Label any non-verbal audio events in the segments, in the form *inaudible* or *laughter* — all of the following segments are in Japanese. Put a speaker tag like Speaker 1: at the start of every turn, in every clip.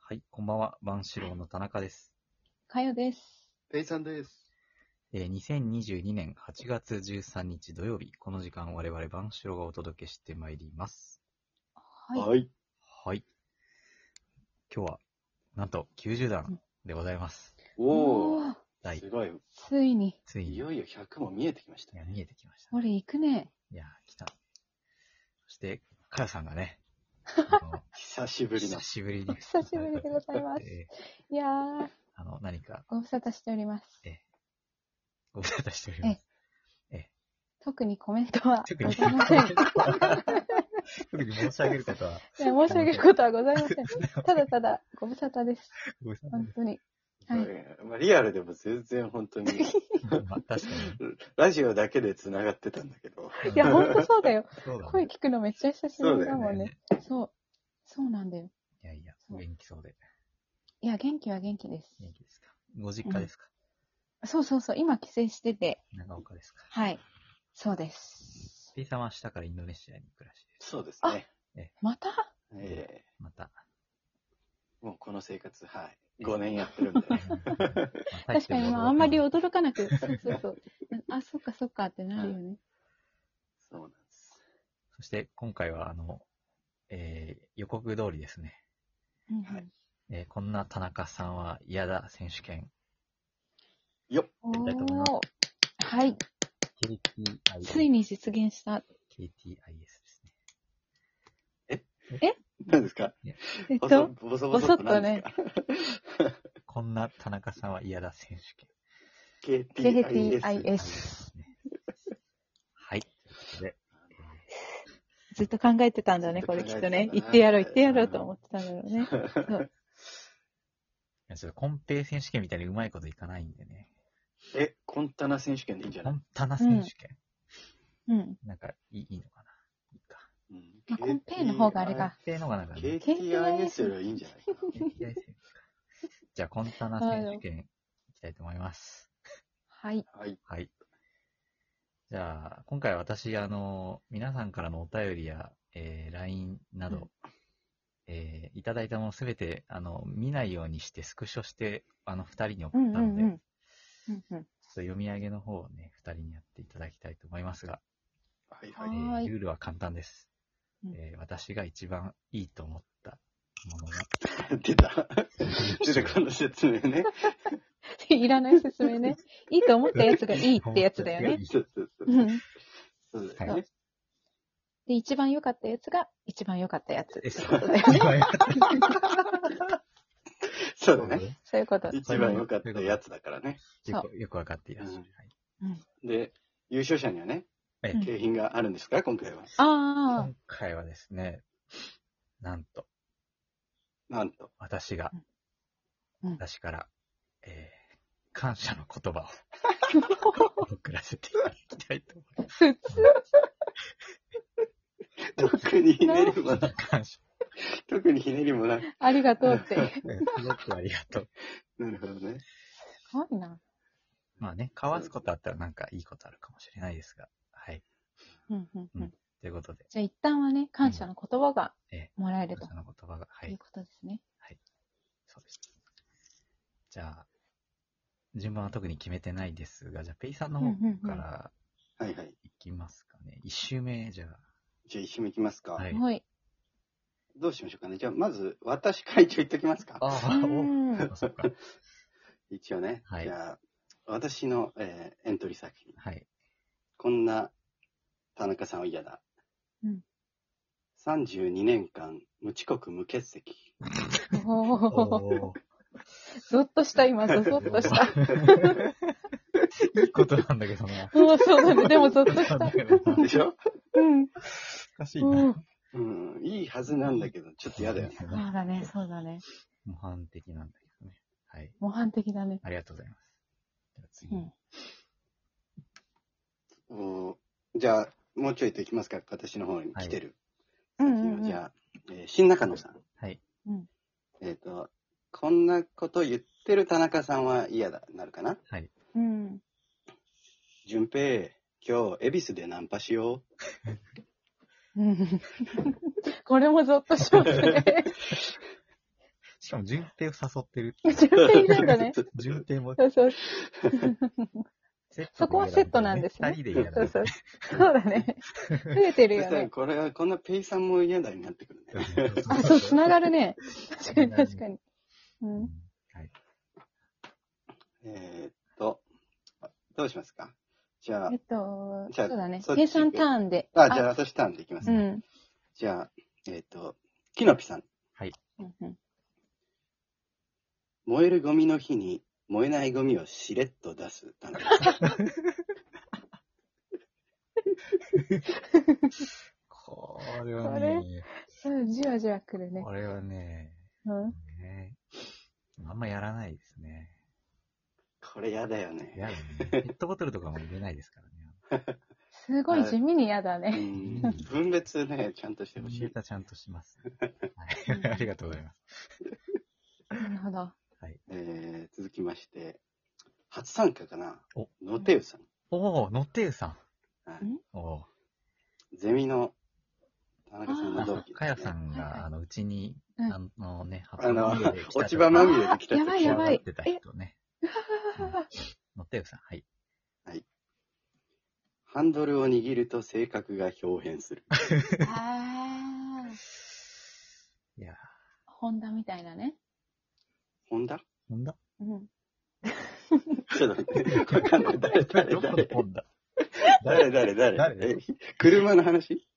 Speaker 1: はい、こんばんは。万志郎の田中です。
Speaker 2: かよです。
Speaker 3: ペイさんです。
Speaker 1: えー2022年8月13日土曜日、この時間我々万志郎がお届けしてまいります。
Speaker 2: はい。
Speaker 3: い。
Speaker 1: はい。今日は、なんと90段でございます。
Speaker 3: おお、
Speaker 2: ー
Speaker 1: 第
Speaker 3: すごい。
Speaker 2: ついに、
Speaker 1: ついに、
Speaker 3: い
Speaker 1: いや、
Speaker 3: よいよ100も見えてきましたね。
Speaker 1: 見えてきました、ね。
Speaker 2: 俺行くね。
Speaker 1: いや、来た。そして、かやさんがね、あの
Speaker 3: 久しぶりの
Speaker 1: 久。しぶりに。
Speaker 2: お久しぶりでございます
Speaker 1: えー
Speaker 2: いやー、
Speaker 1: あの、何か
Speaker 2: ご無沙汰しております。
Speaker 1: ご無沙汰しております。 *laughs*
Speaker 2: 特にコメントは
Speaker 1: 特
Speaker 2: ご
Speaker 1: に、
Speaker 2: ざいま *laughs* せん。い
Speaker 1: 特に申し上げることは、
Speaker 2: や申し上げることはございま *laughs* せん。ただただ、ご無沙汰です。
Speaker 1: ごめんなさい
Speaker 2: 本当に。はい
Speaker 3: うんまあ、リアルでも全然本
Speaker 2: *laughs*
Speaker 3: 当に、
Speaker 1: まあ、確かに。
Speaker 3: ラジオだけで繋がってたんだけど。
Speaker 2: いや、本当そうだよ。
Speaker 1: そうだね
Speaker 2: 声聞くのめっちゃ久しぶりだもんね。そうそう。なんだよ。
Speaker 1: いやいや、
Speaker 2: そう
Speaker 1: 元気そうで。
Speaker 2: いや、元気は元気です。
Speaker 1: 元気ですか。ご実家ですか、
Speaker 2: そうそうそう。今帰省してて。
Speaker 1: 長岡ですか。
Speaker 2: はい。そうです。
Speaker 1: P さんは明日からインドネシアに暮らしてる。
Speaker 3: そうです
Speaker 2: あ
Speaker 3: ね。
Speaker 2: また
Speaker 3: え
Speaker 1: ま
Speaker 2: *laughs*
Speaker 1: た。
Speaker 3: えもうこの生活、はい。5年やってる
Speaker 2: *laughs*
Speaker 3: んで、ね。
Speaker 2: 確かに今あんまり
Speaker 1: を
Speaker 2: 驚かなく。そうそうそう。あ、そっかそっかってなるよね。
Speaker 3: そうなんです。
Speaker 1: そして今回は、あの、えー、予告通りですね、
Speaker 2: うんうん
Speaker 3: はい
Speaker 1: えーこんな田中さんは嫌だ選手権、
Speaker 3: よっ
Speaker 2: お
Speaker 1: りたいと思います
Speaker 2: ーはい。
Speaker 1: KTIS。
Speaker 2: ついに実現した。
Speaker 1: KTIS ですね。
Speaker 3: 何ですか
Speaker 2: えっ
Speaker 3: ボ
Speaker 2: と、
Speaker 3: ボソボソっと何ですか
Speaker 1: こんな田中さんは嫌だ選手権。
Speaker 2: KTIS
Speaker 3: ?KTIS。
Speaker 1: ですねはい。ということで、えー
Speaker 2: ずっと考えてたんだね、これきっとね。言ってやろう、言ってやろうと思ってたんだろうね。
Speaker 1: いや、ちょっとコンペ選手権みたいにうまいこといかないんでね。
Speaker 3: え、コンタナ選手権でいいんじゃ
Speaker 1: コ
Speaker 3: ない、
Speaker 1: ンタナ選手権、
Speaker 2: うん。
Speaker 1: なんかいいいいのかないいか。
Speaker 3: うん
Speaker 2: まあコンペの方があれか。
Speaker 1: っていうのがなんか、
Speaker 2: *laughs*
Speaker 1: ね、
Speaker 3: KTIS よりはいいんじゃないかな。
Speaker 1: KTIS じゃあ、コンタナ選手権いきたいと思います。
Speaker 2: はい。
Speaker 3: はい。
Speaker 1: はい。じゃあ、今回私、あの、皆さんからのお便りや、えー、LINE など、
Speaker 2: うん
Speaker 1: えーいただいたものすべて、あの、見ないようにして、スクショして、あの、二人に送
Speaker 2: う
Speaker 1: っ
Speaker 2: んう
Speaker 1: たの
Speaker 2: ん
Speaker 1: で、
Speaker 2: う
Speaker 1: ちょ
Speaker 2: ん。うんうん
Speaker 1: っ
Speaker 2: *laughs*
Speaker 1: と読み上げの方をね、二人にやっていただきたいと思いますが、
Speaker 3: はい
Speaker 1: え
Speaker 3: はい。
Speaker 1: ー
Speaker 2: はーい
Speaker 1: ルールは簡単です、
Speaker 2: うん
Speaker 1: えー私が一番いいと思ったものが、
Speaker 3: *laughs* 出た。出た、この説明ね。
Speaker 2: いらない説明ね。いいと思ったやつがい *laughs* いってやつだよ
Speaker 1: *laughs*
Speaker 2: ね。
Speaker 3: そうそうそう
Speaker 2: う。ん。
Speaker 3: そうだよ
Speaker 1: は
Speaker 3: ね。
Speaker 2: で、一番良かったやつが一番良かったやつ。
Speaker 1: え *laughs* そう
Speaker 2: そういうことだよね
Speaker 3: そうだね。
Speaker 2: *laughs* そういうこと。
Speaker 3: 一番良かったやつだからね。
Speaker 1: よくよくわかっていらっしゃる。はい
Speaker 3: で、優勝者にはね、
Speaker 1: え
Speaker 2: うん
Speaker 3: 景品があるんですか、今回は。
Speaker 2: ああ
Speaker 1: 今。回はですね、なんと、
Speaker 3: なんと。
Speaker 1: 私が、
Speaker 2: うんうん
Speaker 1: 私から、えー感謝の言葉を
Speaker 2: *laughs*
Speaker 1: 送らせていただきたいと思います。
Speaker 2: 普通。
Speaker 3: 特にひねりもな、
Speaker 1: 感謝。
Speaker 3: 特にひねりもな。
Speaker 2: ありがとうって。す
Speaker 1: うんすごくありがとう。
Speaker 3: なるほどね。
Speaker 2: ごいな。
Speaker 1: まあね、交わすことあったらなんかいいことあるかもしれないですが、はい。
Speaker 2: うんうんうん。
Speaker 1: ということで、
Speaker 2: じゃあ一旦はね、感謝の言葉が
Speaker 1: え
Speaker 2: もらえる
Speaker 1: 感謝
Speaker 2: と、
Speaker 1: の言葉が、はいいう
Speaker 2: ことですね。
Speaker 1: そうです。じゃあ、順番は特に決めてないですが、じゃあ、ペイさんの方か
Speaker 2: うんうん
Speaker 1: ら
Speaker 3: はいはい。
Speaker 1: いきますかね。一周目、じゃ
Speaker 3: じゃあ一緒に行きます
Speaker 1: あ。
Speaker 3: か。
Speaker 1: はい。
Speaker 2: はい。
Speaker 3: どうしましょうかね。じゃあまず、私会長行っときますか。
Speaker 1: あ
Speaker 2: う
Speaker 1: あ、お
Speaker 2: ん
Speaker 1: そうかそうか。
Speaker 3: 一応ね。
Speaker 1: はい
Speaker 3: じゃあ、私の、えーエントリー作品。
Speaker 1: はい。
Speaker 3: こんな田中さんは嫌だ。
Speaker 2: うん
Speaker 3: 32年間、無遅刻無欠席。
Speaker 2: *laughs* おー
Speaker 1: おー
Speaker 2: ゾッとした、今、ゾ
Speaker 1: *laughs*
Speaker 2: ゾッとした。
Speaker 1: いいことなんだけどな。
Speaker 2: うん、そうだね。でもゾッと
Speaker 1: な
Speaker 2: し
Speaker 1: ん
Speaker 2: た
Speaker 1: だ。けどな
Speaker 3: でしょ
Speaker 2: うん。
Speaker 1: 難しいな。
Speaker 2: うん
Speaker 3: うん、いいはずなんだけど、ちょっと嫌だよね。
Speaker 1: そう
Speaker 2: そうだね、そうだね。
Speaker 1: 模範的なんだけどね。はい。
Speaker 2: 模範的だね。
Speaker 1: ありがとうございます。では次。
Speaker 2: うん。
Speaker 3: おじゃあ、もうちょいといきますか、私の方に来てる。
Speaker 2: うんうん
Speaker 3: じゃあ、えー新中野さん。
Speaker 1: はい。
Speaker 3: えっ、と、こんなこと言ってる田中さんは嫌だ、なるかな。
Speaker 1: はい。
Speaker 2: うん。
Speaker 3: 淳平、今日、恵比寿でナンパしよ
Speaker 2: *laughs* うん。これもゾッとしますね。
Speaker 1: しかも、順平を誘ってる。
Speaker 2: *laughs* 順平いるんだね。
Speaker 1: 順平も
Speaker 2: そうそう。
Speaker 1: セットで選んでるね。
Speaker 2: そこはセットなんですね
Speaker 1: 二人で選
Speaker 2: そう
Speaker 1: ぶ
Speaker 2: そう。そうだね。増えてる
Speaker 3: そ
Speaker 2: よ
Speaker 3: したら
Speaker 2: ね。
Speaker 3: これは、こんなペイさんも嫌だになってくるね。
Speaker 2: あ、そう、つながるね。確かに
Speaker 1: 繋がる
Speaker 2: 確かに。う
Speaker 1: うん
Speaker 2: ん。
Speaker 1: はい。
Speaker 3: えーっと、あどうしますかじゃあ
Speaker 2: えっ、と、
Speaker 3: じゃ
Speaker 2: そ
Speaker 3: あ
Speaker 2: うだね。
Speaker 3: そっち
Speaker 2: 計算ターンで。
Speaker 3: あ、じゃあ私ターンでいきます
Speaker 2: う
Speaker 3: ね。
Speaker 2: ん。
Speaker 3: じゃあ、えーっと、きのぴさん。
Speaker 2: うんうん
Speaker 3: 燃えるゴミの日に燃えないゴミをしれっと出す田中さん。
Speaker 1: これはね、
Speaker 2: うん。じわじわくるね
Speaker 1: こ。れはね、
Speaker 2: うん。
Speaker 1: ねあんまやらないですね。
Speaker 3: これやだよ
Speaker 1: いや
Speaker 3: ね。
Speaker 1: ね、ペットボトルとかも入れないですからね。
Speaker 2: すごい地味に嫌だ *laughs*
Speaker 3: う
Speaker 2: ね。
Speaker 3: ん分別ね、ちゃんとしてほし
Speaker 1: デ
Speaker 3: い
Speaker 1: ー。タちゃんとし
Speaker 3: *laughs*
Speaker 1: ます。はい、ありがとうございます。
Speaker 2: なるほど。
Speaker 3: えー、続きまして、初参加かな
Speaker 1: お。
Speaker 3: 野手さん。
Speaker 1: おお、乗ってゆさ
Speaker 3: は
Speaker 2: ん
Speaker 1: ん。お
Speaker 3: いゼミの田中さん
Speaker 1: お。
Speaker 3: の
Speaker 1: あ、そ
Speaker 3: 同
Speaker 1: う
Speaker 3: 期、
Speaker 1: かやさん
Speaker 2: はいはい
Speaker 1: が、あの、うちに、
Speaker 2: うん
Speaker 1: あのね、
Speaker 3: あの
Speaker 1: 箱入れで来た時
Speaker 3: 落ち葉まみれで来た
Speaker 2: あーやばい
Speaker 3: 時
Speaker 2: やばい
Speaker 1: ってた人ね。乗ってゆさん、はい。
Speaker 3: ハンドルを握ると性格が表変する。
Speaker 2: あー、
Speaker 1: いやー、
Speaker 2: ホンダみたいなね。
Speaker 3: ホンダ
Speaker 1: ほんだ
Speaker 2: うん。
Speaker 3: ちょっと待って。わかんない。誰誰
Speaker 1: どこの
Speaker 3: 誰
Speaker 1: ほんだ
Speaker 3: 誰誰誰
Speaker 1: 誰
Speaker 3: え車の話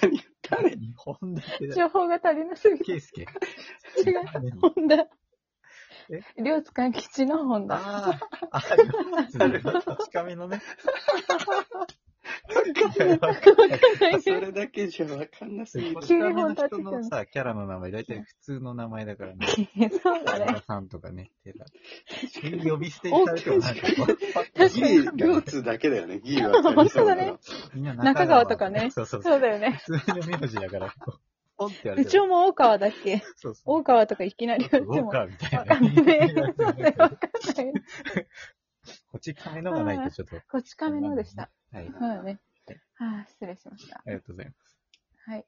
Speaker 3: 何誰
Speaker 1: ほんだって誰、
Speaker 2: 情報が足りなすぎ
Speaker 1: ケイスケ。
Speaker 2: 違う。ホンダ。両津勘吉のホンダ。
Speaker 1: ああ、あありますね。近めのね。
Speaker 3: それだけじゃわかんな
Speaker 1: *laughs*
Speaker 3: すぎる。
Speaker 1: 近めの人のさ、キャラの名前、大体普通の名前だからね。
Speaker 2: *laughs* そうだ
Speaker 1: 寺
Speaker 2: ね。
Speaker 1: 田さんとかね、寺田。呼び捨てにされてもなんか、
Speaker 3: ギリ、両津だけだよね。ギリは分かりそうなの。
Speaker 2: 本
Speaker 1: みんな
Speaker 2: 中川とかね
Speaker 1: そうそうそ
Speaker 2: そう
Speaker 1: う。
Speaker 2: だよね。
Speaker 1: 普通の名字だから、こうポンってやる
Speaker 2: 部長も大川だっけ
Speaker 1: そうそう。
Speaker 2: 大川とかいきなり
Speaker 1: ウ
Speaker 2: 言われて
Speaker 1: ォー
Speaker 2: も。
Speaker 1: カーみた
Speaker 2: わかん
Speaker 1: い
Speaker 2: ねえ。
Speaker 1: な。
Speaker 2: そうだよ、わかんない。
Speaker 1: こっち亀のがないとちょっと。
Speaker 2: こち亀のでした。
Speaker 1: はい。
Speaker 2: そうだね。ああ、失礼しました。
Speaker 1: ありがとうございます。
Speaker 2: はい。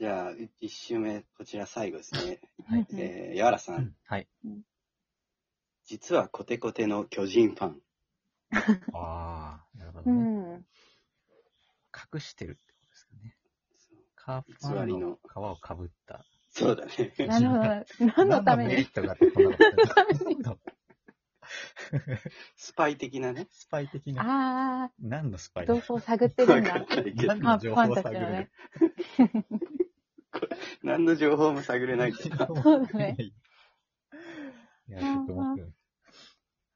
Speaker 3: じゃあ、一周目、こちら最後です *laughs* ね。
Speaker 1: はい
Speaker 2: うん
Speaker 3: えー、やわらさ。
Speaker 1: うんんはい。
Speaker 3: 実はコテコテの巨人ファン。
Speaker 1: ああ、なるほ
Speaker 2: う
Speaker 1: どね。
Speaker 2: ん。
Speaker 1: 隠してるってことですかね。カーファ
Speaker 3: 偽り
Speaker 1: ー
Speaker 3: の
Speaker 1: の皮をかぶった。
Speaker 3: そうだね。
Speaker 2: なるほど。 *laughs* 何のため
Speaker 1: メリ
Speaker 2: に
Speaker 1: ットがあってこんなことやってた
Speaker 3: スパイ的なね。
Speaker 1: スパイ的な。
Speaker 2: あ
Speaker 1: 何のスパ
Speaker 2: あ、
Speaker 1: イ
Speaker 2: 動向を探ってるんだ
Speaker 3: わ。かん *laughs* ないけど
Speaker 1: 何
Speaker 2: ファ
Speaker 1: の
Speaker 2: ン
Speaker 1: 情
Speaker 2: フ
Speaker 1: 報
Speaker 2: ァン
Speaker 1: を
Speaker 2: た
Speaker 1: 探
Speaker 2: ち
Speaker 1: れ
Speaker 2: のね
Speaker 1: る。
Speaker 3: 何の情報も探れないけど。
Speaker 2: そうだね。
Speaker 1: *laughs* いや、ちょっと面白い。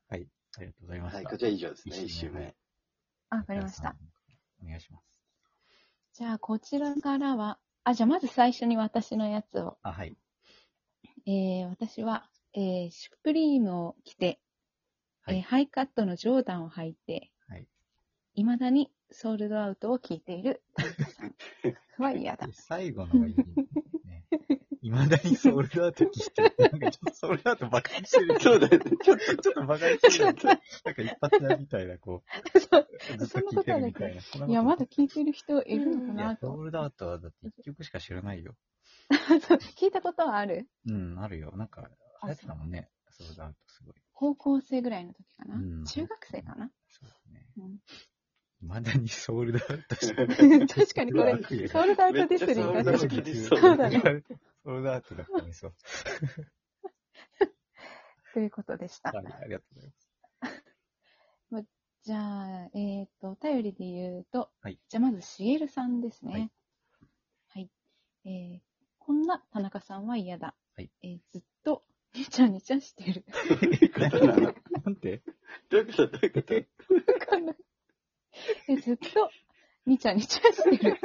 Speaker 1: はい、ありがとうございま
Speaker 3: は
Speaker 1: し
Speaker 3: い、
Speaker 1: た。
Speaker 3: こちら以上ですね、
Speaker 1: 一
Speaker 3: 一
Speaker 1: 周
Speaker 3: 周
Speaker 1: 目
Speaker 3: 目。
Speaker 2: あ、わかりました。。
Speaker 1: お願いします。
Speaker 2: じゃあ、こちらからは、あ、じゃあ、まず最初に私のやつを。
Speaker 1: あ、はい。
Speaker 2: えー、私は、えー、シュプリームを着て、
Speaker 1: はい
Speaker 2: えーハイカットのジョーダンを履いて、
Speaker 1: はい。
Speaker 2: 未だにソールドアウトを聞いている田中さんは嫌だ
Speaker 1: で。最後のがいいね。いまだにソールアウト聞いてる、なんかちょっとソールアウトバカにしてる。
Speaker 3: そうだね。ちょ
Speaker 1: *laughs*
Speaker 3: っ
Speaker 1: ちょっとバカにしてる。なんか一発屋みたいな、こ
Speaker 2: そう
Speaker 1: う、ずっと聞いてるみたいな。そんなこと
Speaker 2: いや、まだ聞いてる人いるのか
Speaker 1: いや
Speaker 2: な
Speaker 1: ソ
Speaker 2: と。
Speaker 1: ールアウトはだって一曲しか知らないよ。
Speaker 2: そう聞いたことはある
Speaker 1: うん、あるよ。なんか、流行ってたもんね。ソールアウトすごい。
Speaker 2: 高校生ぐらいの時かな、
Speaker 1: うん
Speaker 2: 中学生かな、 *laughs*
Speaker 1: そうですね。
Speaker 2: うん
Speaker 1: いまだにソールアウトしてる。
Speaker 2: 確かにこれ、
Speaker 1: 悪意
Speaker 2: ソールドアウトディスリ
Speaker 3: めっちゃソ
Speaker 2: ー
Speaker 3: ー
Speaker 2: だ
Speaker 3: ル
Speaker 2: ね
Speaker 3: ドアウトディ
Speaker 2: リーそう
Speaker 3: ス
Speaker 2: だね。
Speaker 1: ソールアウトだったね、そう。
Speaker 2: ということでした。
Speaker 1: はいありがとうございます。
Speaker 2: じゃあ、えっ、と、お便りで言うと、
Speaker 1: はい
Speaker 2: じゃあまず、しげるさんです
Speaker 1: はい
Speaker 2: ね。はい。えー、こんな田中さんは嫌だ。
Speaker 1: はい
Speaker 2: えーずっと、にちゃにちゃしてる。
Speaker 3: となの。
Speaker 1: なんて
Speaker 3: どういうことどういうこと
Speaker 2: わかんない。えずっと、にちゃにちゃしてる。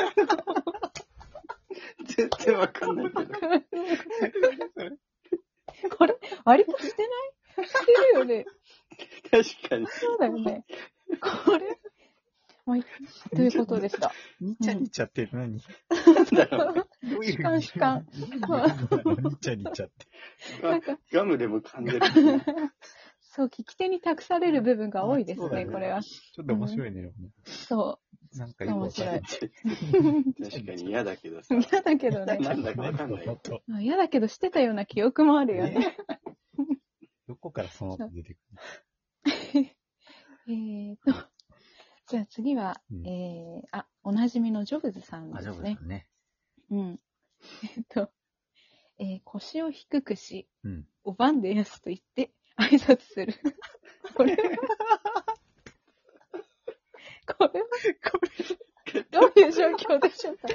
Speaker 3: 全然わかんないけど。
Speaker 2: これ、割としてないしてるよね。
Speaker 3: 確かに。
Speaker 2: そうだよね。これ、まあ、ということでした。
Speaker 1: にちゃにちゃって何ど
Speaker 3: なんだろう。
Speaker 1: ういう
Speaker 2: 主観主観。
Speaker 1: にちゃにちゃって。
Speaker 2: なんか、
Speaker 3: ガムでも噛んでる。
Speaker 2: そう、聞き手に託される部分が多いです
Speaker 1: そうだ
Speaker 2: ね、
Speaker 1: ね
Speaker 2: これは。
Speaker 1: ちょっと面白いね。
Speaker 2: そ
Speaker 1: なんかよくわかんない。
Speaker 3: 確かに嫌だけどさ。
Speaker 2: *laughs* 嫌だけどね。
Speaker 3: なんだかわかんない
Speaker 1: ちょっと
Speaker 2: あ嫌だけどしてたような記憶もあるよね。
Speaker 1: どこからその音出てく
Speaker 2: えーと、じゃあ次は、
Speaker 1: うん
Speaker 2: えー、あ、おなじみのジョブズさん
Speaker 1: る
Speaker 2: で
Speaker 1: あ、ジョ
Speaker 2: す
Speaker 1: ブズ
Speaker 2: ね
Speaker 1: さ。んね。
Speaker 2: うん。 *laughs* えっと、えー腰を低くし、
Speaker 1: うん。
Speaker 2: おばんでやすと言って挨拶する。これは、これは、これ、どういう状況でしょうか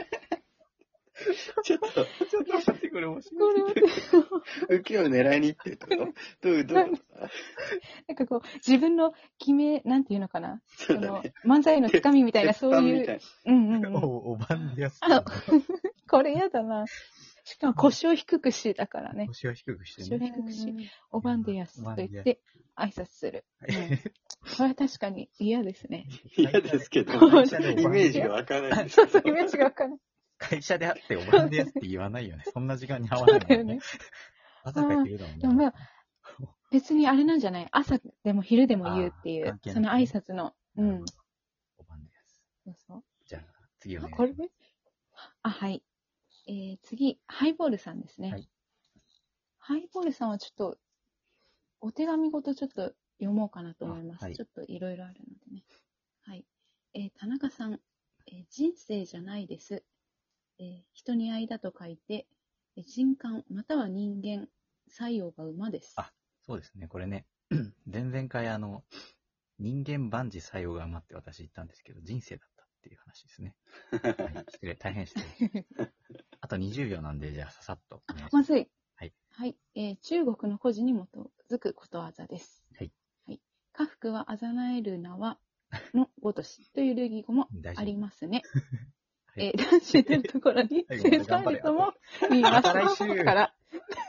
Speaker 3: ちょ
Speaker 1: ちょっ
Speaker 3: っと、
Speaker 1: と待って、これ面白
Speaker 2: これは、
Speaker 3: 受けを狙いに行ってるってことどういう、どういうこ
Speaker 2: なんかこう、自分の決め、なんていうのかな、
Speaker 3: とそ
Speaker 2: そう
Speaker 3: だ
Speaker 2: の
Speaker 3: ね。
Speaker 2: 漫才のつかみみたいな、
Speaker 3: 鉄
Speaker 2: そう
Speaker 3: 板
Speaker 2: い
Speaker 3: みた
Speaker 2: う、
Speaker 3: い
Speaker 2: うんうんうん、
Speaker 1: お、おばんでやす。
Speaker 2: あ *laughs* これやだな。しかも腰を低くし、だからね、
Speaker 1: 腰を低くして
Speaker 2: 腰を
Speaker 1: ね。
Speaker 2: 低くし、おばんでやすと言って挨拶する。うん
Speaker 1: イ
Speaker 2: これは確かに嫌ですね。
Speaker 3: な。嫌ですけど、イ
Speaker 2: そう
Speaker 3: メージがわから *laughs* ないです
Speaker 2: *laughs* そうそう、イメージがわかんない。
Speaker 1: 会社であっておばんでやすって言わないよね。そんな時間に合わ
Speaker 2: そ
Speaker 1: な
Speaker 2: う
Speaker 1: い
Speaker 2: だ
Speaker 1: も
Speaker 2: よ
Speaker 1: ん
Speaker 2: ね
Speaker 1: ね。。朝から言うだもんね。
Speaker 2: でもまあ、別にあれなんじゃない朝でも昼でも言うってい
Speaker 1: あー
Speaker 2: う
Speaker 1: 関係、
Speaker 2: そ
Speaker 1: な
Speaker 2: の
Speaker 1: くね
Speaker 2: 挨拶の。うん。
Speaker 1: おばんでやす。
Speaker 2: そうそう
Speaker 1: じゃあ、次お
Speaker 2: あ
Speaker 1: 願いし
Speaker 2: こ
Speaker 1: ま
Speaker 2: れ
Speaker 1: す。
Speaker 2: であ、はい。えー、次、ハイボールさんですね。
Speaker 1: はい
Speaker 2: ハイボールさんはちょっと、お手紙ごとちょっと読もうかなと思います。
Speaker 1: あはい
Speaker 2: ちょっといろいろあるのでね。はい。えー、田中さん、えー人生じゃないです。えー人に愛だと書いて、えー人間または人間、採用が馬です。
Speaker 1: あそうですね、これね、 *clears throat* 前々回、あの、人間万事作用が余って私言ったんですけど、人生だったっていう話ですね。はい、失礼、大変失礼。
Speaker 2: *laughs*
Speaker 1: あと20秒なんで、じゃあ、ささっとお願いしま。
Speaker 2: ますずい。
Speaker 1: はい。
Speaker 2: えー中国の故事に基づくことわざです。
Speaker 1: はい。
Speaker 2: はい。家福はあざなえるなは、のごとしという類義語も
Speaker 1: 大丈
Speaker 2: あ
Speaker 1: 夫。
Speaker 2: りますね。
Speaker 1: *laughs* はい
Speaker 2: えー、男子出るところに、
Speaker 1: はい
Speaker 2: 生産とも言い
Speaker 1: *laughs* ま
Speaker 2: ます
Speaker 1: た来週
Speaker 2: から、